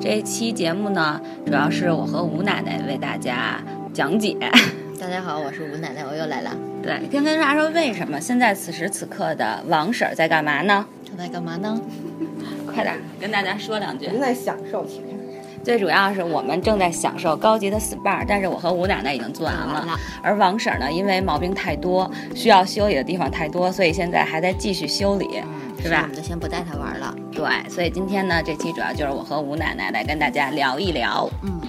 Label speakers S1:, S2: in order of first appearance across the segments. S1: 这期节目呢，主要是我和吴奶奶为大家讲解。
S2: 大家好，我是吴奶奶，我又来了。
S1: 对，你先跟大家说为什么现在此时此刻的王婶儿在干嘛呢？
S2: 他在干嘛呢？
S1: 快点儿跟大家说两句。
S3: 人在享受，其实
S1: 最主要是我们正在享受高级的 SPA，但是我和吴奶奶已经做完了，
S2: 做完了
S1: 而王婶儿呢，因为毛病太多，需要修理的地方太多，所以现在还在继续修理，是
S2: 嗯所以我
S1: 吧
S2: 们？就先不带他玩了。
S1: 对，所以今天呢，这期主要就是我和吴奶奶来跟大家聊一聊。
S2: 嗯，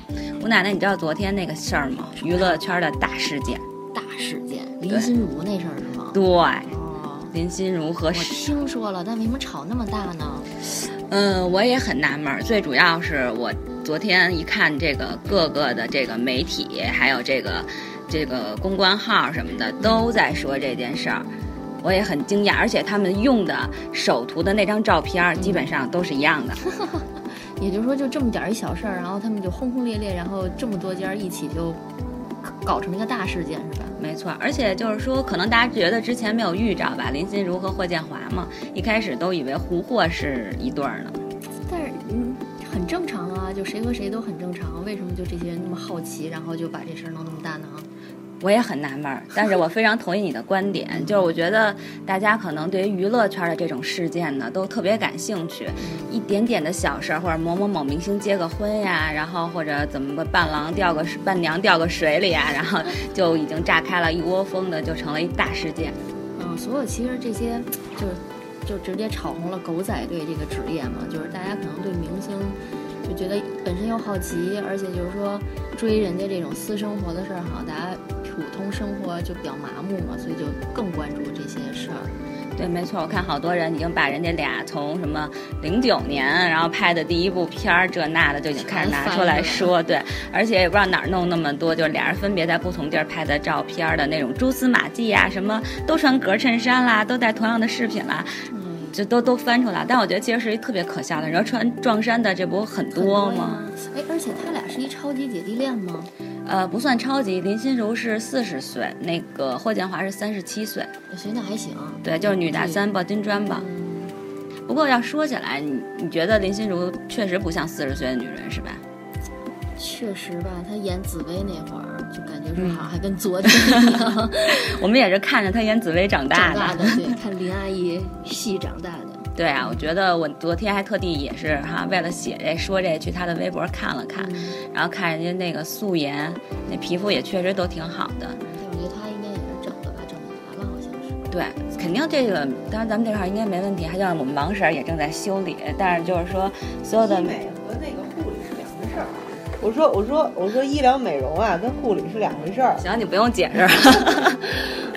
S1: 吴奶奶，你知道昨天那个事儿吗？娱乐圈的大事件，
S2: 大事件，林心如那事儿是吗？
S1: 对，
S2: 哦，
S1: 林心如和
S2: 我
S1: 沈
S2: 听说了，但为什么吵那么大呢？
S1: 嗯，我也很纳闷儿。最主要是我昨天一看这个各个的这个媒体，还有这个这个公关号什么的都在说这件事儿，我也很惊讶。而且他们用的首图的那张照片儿基本上都是一样的。
S2: 也就是说，就这么点儿一小事儿，然后他们就轰轰烈烈，然后这么多家一起就搞成一个大事件，是吧？
S1: 没错，而且就是说，可能大家觉得之前没有预兆吧，林心如和霍建华嘛，一开始都以为胡霍是一对儿呢。
S2: 但是，嗯，很正常啊，就谁和谁都很正常，为什么就这些人那么好奇，然后就把这事儿弄那么大呢？
S1: 我也很纳闷儿，但是我非常同意你的观点，就是我觉得大家可能对于娱乐圈的这种事件呢，都特别感兴趣，一点点的小事儿，或者某某某明星结个婚呀，然后或者怎么个伴郎掉个水伴娘掉个水里呀，然后就已经炸开了一窝蜂的，就成了一大事件。
S2: 嗯，所有其实这些就就直接炒红了狗仔队这个职业嘛，就是大家可能对明星就觉得本身又好奇，而且就是说追人家这种私生活的事儿哈，大家普通生活就比较麻木嘛，所以就更关注这些事儿。
S1: 对，没错，我看好多人已经把人家俩从什么零九年，然后拍的第一部片儿这那的就已经开始拿出来说，对，而且也不知道哪儿弄那么多，就俩人分别在不同地儿拍的照片儿的那种蛛丝马迹啊，什么都穿格衬衫啦，都带同样的饰品啦，
S2: 嗯，
S1: 就都都翻出来。但我觉得其实是一特别可笑的，你说穿撞衫的这不很多吗？？
S2: 哎，而且他俩是一超级姐弟恋吗？
S1: 呃，不算超级，林心如是四十岁，那个霍建华是三十七岁，
S2: 所以那还行。啊
S1: 对，就是女大
S2: 对
S1: 三抱金砖吧。
S2: 嗯，
S1: 不过要说起来，你你觉得林心如确实不像四十岁的女人是吧？
S2: 确实吧，他演紫薇那会儿就感觉说
S1: 嗯
S2: 好像还跟昨天一样
S1: 我们也是看着她演紫薇长 大
S2: 长
S1: 的。
S2: 大的，对，看林阿姨戏长大的。
S1: 对啊，我觉得我昨天还特地也是哈，为了写这说这，去她的微博看了看，
S2: 嗯
S1: 然后看人家那个素颜，那皮肤也确实都挺好的。
S2: 但我觉得他应该也是整的吧，整牙了好像是。
S1: 对，肯定这个，当然咱们这块儿应该没问题。还有我们王婶儿也正在修理，但是就是说所有的
S3: 医美和那个护理是两回事儿。我说我说我说医疗美容啊，跟护理是两回事儿。
S1: 行，你不用解释了。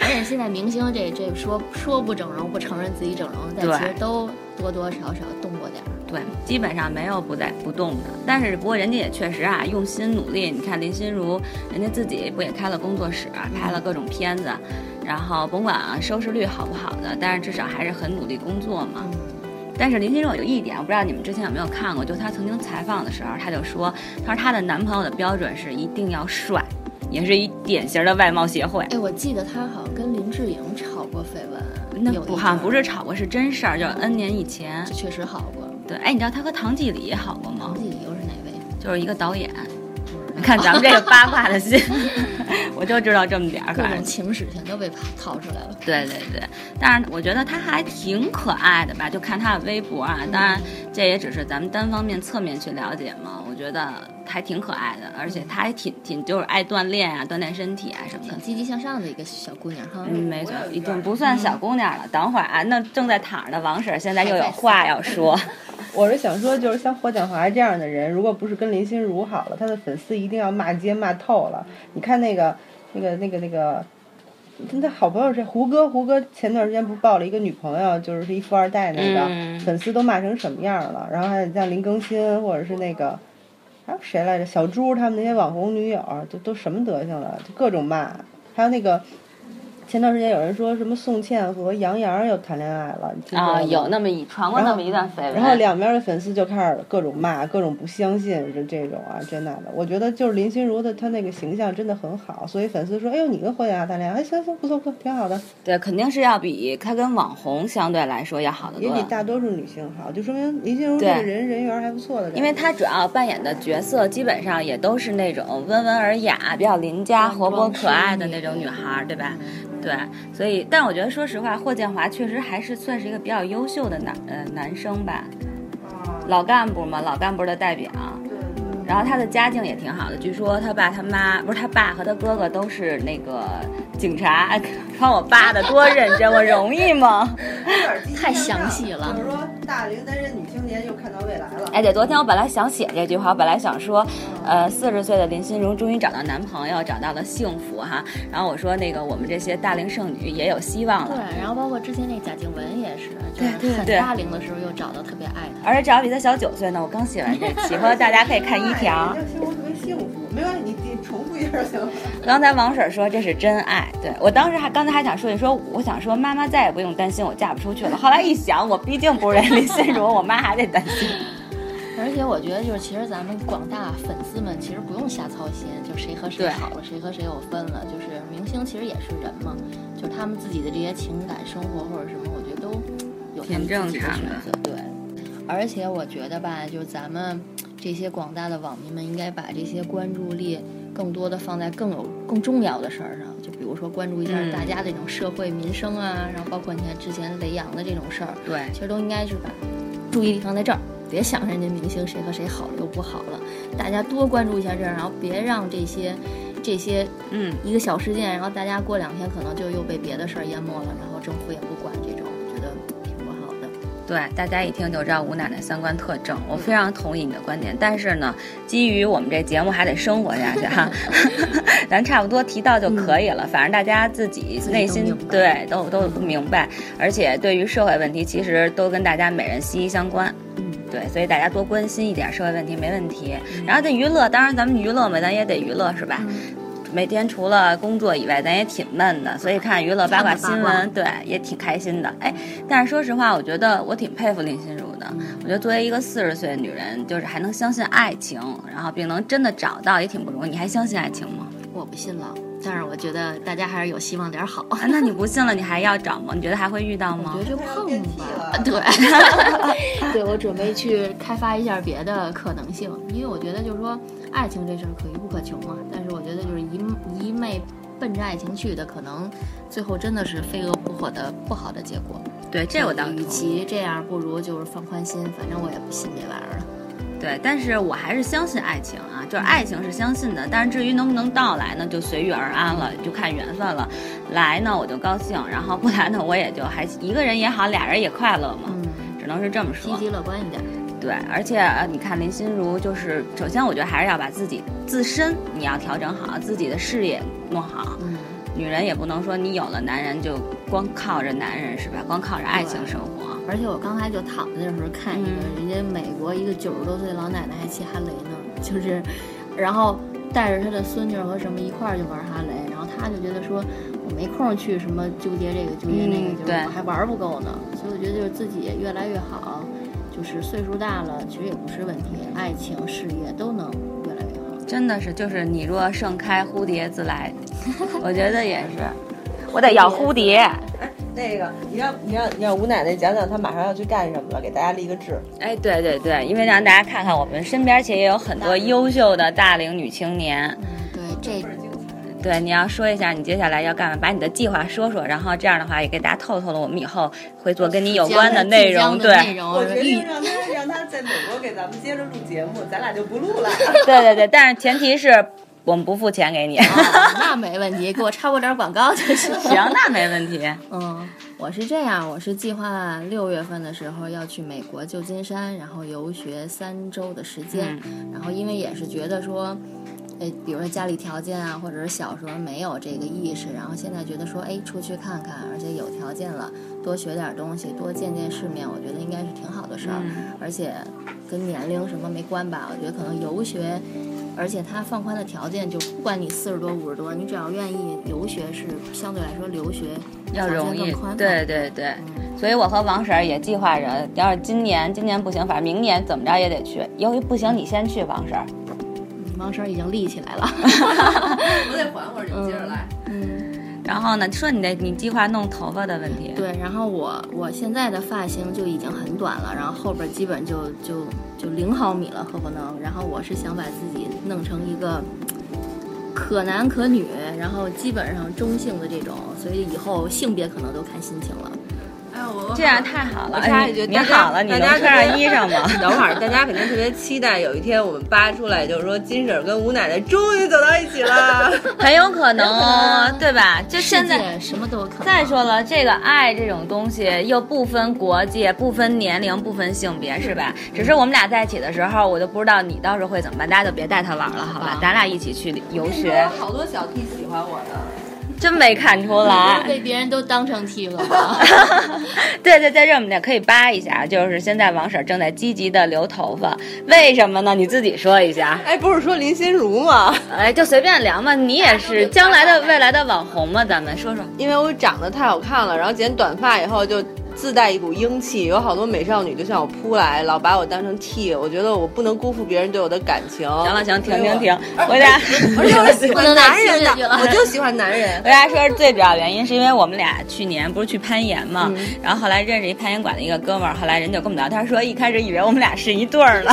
S2: 而且现在明星这这说说不整容，不承认自己整容，但
S1: 对
S2: 其实都多多少少动过点儿。
S1: 对，基本上没有不在不动的。但是不过人家也确实啊，用心努力。你看林心如，人家自己不也开了工作室，拍了各种片子，然后甭管啊收视率好不好的，但是至少还是很努力工作嘛。但是林心如有一点，我不知道你们之前有没有看过，就她曾经采访的时候，她就说，她说她的男朋友的标准是一定要帅，也是一典型的外貌协会。
S2: 哎，我记得他好像跟林志颖吵过绯闻，
S1: 那
S2: 有
S1: 不
S2: 一
S1: 好像
S2: 阵儿
S1: 不是吵过，是真事儿，就是 N 年以前。
S2: 确实好过。
S1: 对，哎，你知道她和唐季礼好过吗
S2: 王？继又是哪位？
S1: 就是一个导演。
S2: 不知道
S1: 你看咱们这个八卦的 心，我就知道这么点儿，
S2: 各
S1: 反
S2: 种
S1: 正。
S2: 情史全都被掏出来了。
S1: 对对对，但是我觉得他还挺可爱的吧，就看他的微博啊。当然，这也只是咱们单方面、侧面去了解嘛。我觉得还挺可爱的，而且他还挺挺就是爱锻炼啊，锻炼身体啊什么的
S2: 挺。积极向上的一个小姑娘哈。
S1: 嗯，没错
S3: 我，有
S1: 已
S3: 一段
S1: 经不算小姑娘了。等会儿啊，那正在躺着的王婶现在又有话要说。
S3: 我是想说，就是像霍建华这样的人，如果不是跟林心如好了，他的粉丝一定要骂街骂透了。你看那个那个那个那个，他的好朋友是胡歌，胡歌前段时间不是抱了一个女朋友，就是是一富二代那个，
S1: 嗯
S3: 粉丝都骂成什么样了？然后还有像林更新或者是那个。还有谁来着？小猪他们那些网红女友，就都什么德行了，就各种骂。还有那个前段时间有人说什么宋茜和杨洋又谈恋爱了，你听 说
S1: 啊，
S3: 了吗
S1: 有那么一传过那么一段绯闻，
S3: 然后两边的粉丝就开始各种骂，各种不相信，这这种啊，这那的。我觉得就是林心如的她那个形象真的很好，所以粉丝说：“哎呦，你跟霍建华谈恋爱，哎，行行，不错不错，挺好的，
S1: 对，肯定是要比她跟网红相对来说要好得
S3: 也
S1: 多
S3: 比。大多数女性好。”就说明林心如这个
S1: 对
S3: 人人缘还不错的感觉。
S1: 因为她主要扮演的角色基本上也都是那种温文尔雅、比较邻家、活泼可爱的那种女孩儿，对吧？
S2: 嗯
S1: 对，所以，但我觉得说实话，霍建华确实还是算是一个比较优秀的男呃男生吧，老干部嘛，老干部的代表。然后他的家境也挺好的，据说他爸他妈不是他爸和他哥哥都是那个警察。 哎看我爸的多认真，我容易吗？
S2: 太详细了
S3: 就是说，大龄单身女青年又看到未来了。
S1: 哎，对，昨天我本来想写这句话，我本来想说，呃，四十岁的林心如终于找到男朋友，找到了幸福哈。然后我说，那个我们这些大龄剩女也有希望
S2: 对
S1: 了，，
S2: 然后包括之前那贾静雯也是，就
S1: 对
S2: 是很
S1: 对
S2: 大龄的时候又找到特别爱她。
S1: 而且只要比她小九岁呢。我刚写完这期，回头大家可以看一条
S3: 哎。你这生活特别幸福，没关系，你你重复一下就行了。
S1: 刚才王婶说这是真爱，对我当时还刚才还想说，你说我想说妈妈再也不用担心我嫁不出去了。后来一想，我毕竟不是人林心如，我妈还得担心。
S2: 而且我觉得就是，其实咱们广大粉丝们其实不用瞎操心，就谁和谁
S1: 对
S2: 好了，谁和谁有分了，就是明星其实也是人嘛，就是他们自己的这些情感生活或者什么，我觉得都有他们自己的选择。对，而且我觉得吧，就是咱们这些广大的网民们应该把这些关注力更多的放在更有更重要的事儿上，就比如说关注一下
S1: 嗯
S2: 大家的这种社会民生啊，然后包括你看之前雷洋的这种事儿，
S1: 对
S2: 其实都应该是把注意力放在这儿，别想人家明星谁和谁好了又不好了，大家多关注一下这儿，然后别让这些这些
S1: 嗯，
S2: 一个小事件，然后大家过两天可能就又被别的事儿淹没了，然后政府也不管这种，我觉得挺不好的。
S1: 对，大家一听就知道吴奶奶三观特正，我非常同意你的观点。但是呢，基于我们这节目还得生活 下去哈，咱差不多提到就可以了。反正大家自己内心
S2: 嗯自己都明白
S1: 对都都明白，而且对于社会问题，其实都跟大家每人息息相关。
S2: 嗯，
S1: 对，所以大家多关心一点社会问题没问题。然后这娱乐，当然咱们娱乐嘛，咱也得娱乐是吧？每天除了工作以外，咱也挺闷的，所以看娱乐八卦新
S2: 看看八卦
S1: 闻，对，也挺开心的。哎，但是说实话，我觉得我挺佩服林心如的。我觉得作为一个四十岁的女人，就是还能相信爱情，然后并能真的找到，也挺不容易。你还相信爱情吗？
S2: 我不信了，但是我觉得大家还是有希望点儿好。
S1: 啊，那你不信了，你还要找吗？你觉得还会遇到吗
S2: 我？觉得就碰吧，
S3: 他要变体
S2: 对，对我准备去开发一下别的可能性，因为我觉得就是说，爱情这事儿可遇不可求嘛。但是我觉得就是一一昧奔着爱情去的，可能最后真的是飞蛾扑火的不好的结果。
S1: 对，这我倒
S2: 与
S1: 同意。
S2: 其这样，不如就是放宽心，反正我也不信这玩意儿了。
S1: 对，但是我还是相信爱情啊，就是爱情是相信的，但是至于能不能到来呢，就随遇而安了，就看缘分了。来呢我就高兴，然后不来呢我也就还一个人也好，俩人也快乐嘛，
S2: 嗯，
S1: 只能是这么说
S2: 积。极乐观一点。
S1: 对，而且呃你看林心如，就是首先我觉得还是要把自己自身你要调整好，自己的事业弄好。
S2: 嗯，
S1: 女人也不能说你有了男人就光靠着男人是吧？光靠着爱情生活。
S2: 而且我刚才就躺在那时候看一个，
S1: 嗯
S2: 人家美国一个九十多岁老奶奶还骑哈雷呢，就是，然后带着她的孙女儿和什么一块儿去玩哈雷，然后她就觉得说，我没空去什么纠结这个纠结那个，
S1: 嗯
S2: 就是
S1: 对
S2: 我还玩不够呢，所以我觉得就是自己也越来越好，就是岁数大了，其实也不是问题，爱情事业都能越来越好。
S1: 真的是，就是你若盛开，蝴蝶自 来。我觉得也是，我得要蝴蝶。
S3: 那个，你让你让你让吴奶奶讲讲她马上要去干什么了，给大家立个志。
S1: 哎，对对对，因为让大家看看我们身边，其实也有很多优秀的大龄女青年。
S2: 嗯，对，这
S1: 对，你要说一下你接下来要干嘛，把你的计划说说，然后这样的话也给大家透透了，我们以后会做跟你有关的内容。
S2: 即将的内
S1: 对，
S2: 容，嗯
S3: 我决定
S2: 预
S3: 哦让她让她在美国给咱们接着录节目，咱俩就不录了。
S1: 对对对，但是前提是我们不付钱给你。
S2: 哦那没问题，给我插播点广告就行。
S1: 行，那没问题。
S2: 嗯，我是这样，我是计划六月份的时候要去美国旧金山，然后游学三周的时
S1: 嗯
S2: 间。然后因为也是觉得说，呃，比如说家里条件啊，或者是小时候没有这个意识，然后现在觉得说，哎，出去看看，而且有条件了，多学点东西，多见见世面，我觉得应该是挺好的事儿。
S1: 嗯
S2: 而且跟年龄什么没关吧，我觉得可能游学。而且它放宽的条件就不管你四十多五十多，你只要愿意留学是相对来说留学
S1: 要容
S2: 条件
S1: 易
S2: 更宽，泛
S1: 对对对。
S2: 嗯
S1: 所以我和王婶儿也计划着，要是今年今年不行，反正明年怎么着也得去。由于不行，你先去王婶儿。
S2: 嗯王婶儿已经立起 来了，
S3: 我得缓会儿，你们接着来。
S2: 嗯，
S1: 然后呢，说你的你计划弄头发的问题，
S2: 对，然后我我现在的发型就已经很短了，然后后边基本就就就零毫米了，恨不能。然后我是想把自己弄成一个可男可女，然后基本上中性的这种，所以以后性别可能都看心情了。
S3: 哎，我
S1: 这样太好了。
S3: 我插一句
S1: 哎你
S3: 大家
S1: 好了，你
S3: 大
S1: 能
S3: 家
S1: 穿上衣裳吗？
S3: 等会儿大家肯定特别期待，有一天我们扒出来，就是说金婶儿跟吴奶奶终于走到一起了。
S1: 很有可能哦，
S2: 能
S1: 对吧？就现
S2: 世
S1: 在。
S2: 界什么都有可能。
S1: 再说了，这个爱这种东西又不分国界、不分年龄、不分性别，是吧？只是我们俩在一起的时候，我就不知道你到时候会怎么办，大家就别带他玩了，好吧
S2: 好？
S1: 咱俩一起去游 学，
S3: 好多小弟喜欢我呢。
S1: 真没看出来。
S2: 被别人都当成 T 了。
S1: 对对，在这儿我们也可以扒一下，就是现在王婶儿正在积极的留头发，为什么呢？你自己说一下。
S3: 哎，不是说林心如吗？
S1: 哎，就哎随便聊嘛，你也是将来的未来的网红嘛，咱们说说。
S3: 因为我长得太好看了，然后剪短发以后就自带一股英气，有好多美少女就向我扑来，老把我当成 T，我觉得我不能辜负别人对我的感情。
S1: 行
S3: 行
S1: 了行，停停停，我给 大家。
S3: 而 且我是喜
S2: 不
S3: 欢
S2: 能再
S3: 男人
S2: 吃下去
S3: 的
S2: 了，
S3: 我就喜欢男人
S1: 我。跟大家说，最主要原因是因为我们俩去年不是去攀岩嘛，然后后来认识一攀岩馆的一个哥们儿，后来人就跟我们聊天说，一开始以为我们俩是一对儿 呢，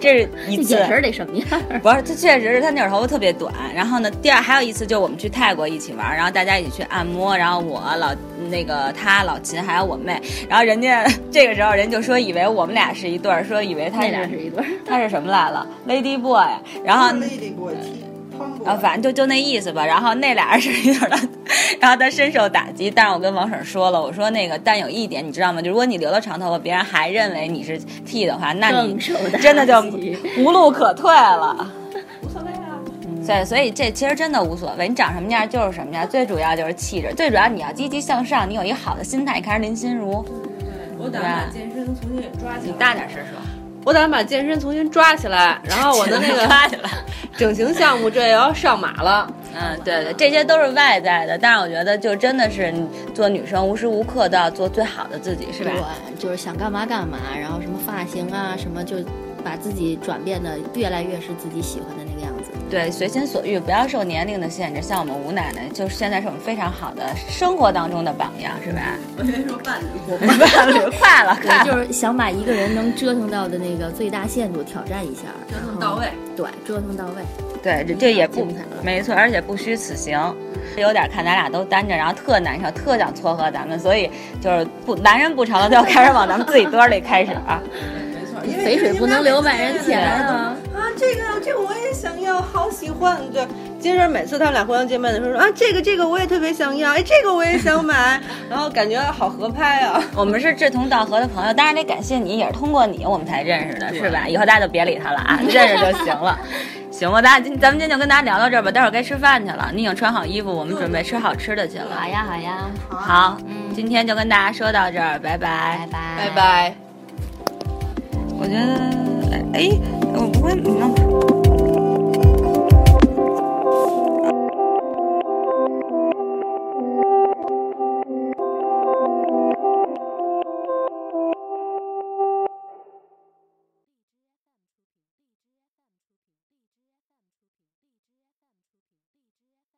S1: 这是一
S2: 这
S1: 次。
S2: 眼神儿得什么样？
S1: 不是，他确实是他那会儿头发特别短。然后呢，第二还有一次就是我们去泰国一起玩儿，然后大家一起去按摩，然后我老那个他老秦还有我妹，然后人家这个时候人就说以为我们俩是一对儿，说以为他
S2: 那俩
S1: 是
S2: 是一对儿。
S1: 他是什么来了，Lady Boy，然
S3: 啊
S1: 后。
S4: 得给我踢，
S1: 啊，反正就就那意思吧。然后那俩人是一对儿的，然后他深受打击。但是我跟王婶儿说了，我说那个，但有一点你知道吗？就如果你留了长头发，别人还认为你是 T 的话，那你
S2: 更受打击
S1: 真的就无路可退了。无所谓啊。对，所以这其实真的无所谓，你长什么样就是什么样，最主要就是气质，最主要你要积极向上，你有一好的心态。你看人林心如，
S3: 我
S1: 打算把
S3: 健身重新抓起
S1: 你大点声说，
S3: 我打算把健身重新抓起来，然后我的 那个
S1: 发起 来。
S3: 整形项目这也要上马了。
S1: 嗯，对对，这些都是外在的，但是我觉得就真的是你做女生无时无刻都要做最好的自己，是吧？
S2: 我就是想干嘛干嘛，然后什么发型啊，什么就把自己转变的越来越是自己喜欢的那个样子。
S1: 对，随心所欲，不要受年龄的限制。像我们吴奶奶，就是现在是我们非常好的生活当中的榜样，是吧？
S3: 我先说伴侣，
S1: 伴侣快了，快
S2: 对，
S1: 了。
S2: 就是想把一个人能折腾到的那个最大限度挑战一下，
S3: 折腾到位。
S2: 然后。对，折腾到位。
S1: 对，这这也不
S2: 精彩了
S1: 没错，而且不虚此行。有点看咱俩都单着，然后特难受，特想撮合咱们，所以就是不男人不成了，就开始往咱们自己堆儿里开始啊。
S3: 没错，
S2: 肥水不能流外人田啊！
S3: 啊，这个这个我也想要，好喜欢。对，金婶每次他们俩互相见面的时候说啊，这个这个我也特别想要，哎，这个我也想买，然后感觉好合拍啊。
S1: 我们是志同道合的朋友，当然得感谢你，也是通过你我们才认识的，是吧？以后大家就别理他了啊，认识就行了。 行吧，大家今咱们今天就跟大家聊到这儿吧，待会儿该吃饭去了。你已经穿好衣服，我们准备吃好吃的去了。
S2: 呀，好呀，
S1: 好，
S2: 嗯
S1: 今天就跟大家说到这儿，拜拜
S2: 拜。拜，
S3: 拜。
S1: 我觉得，哎，我不会弄。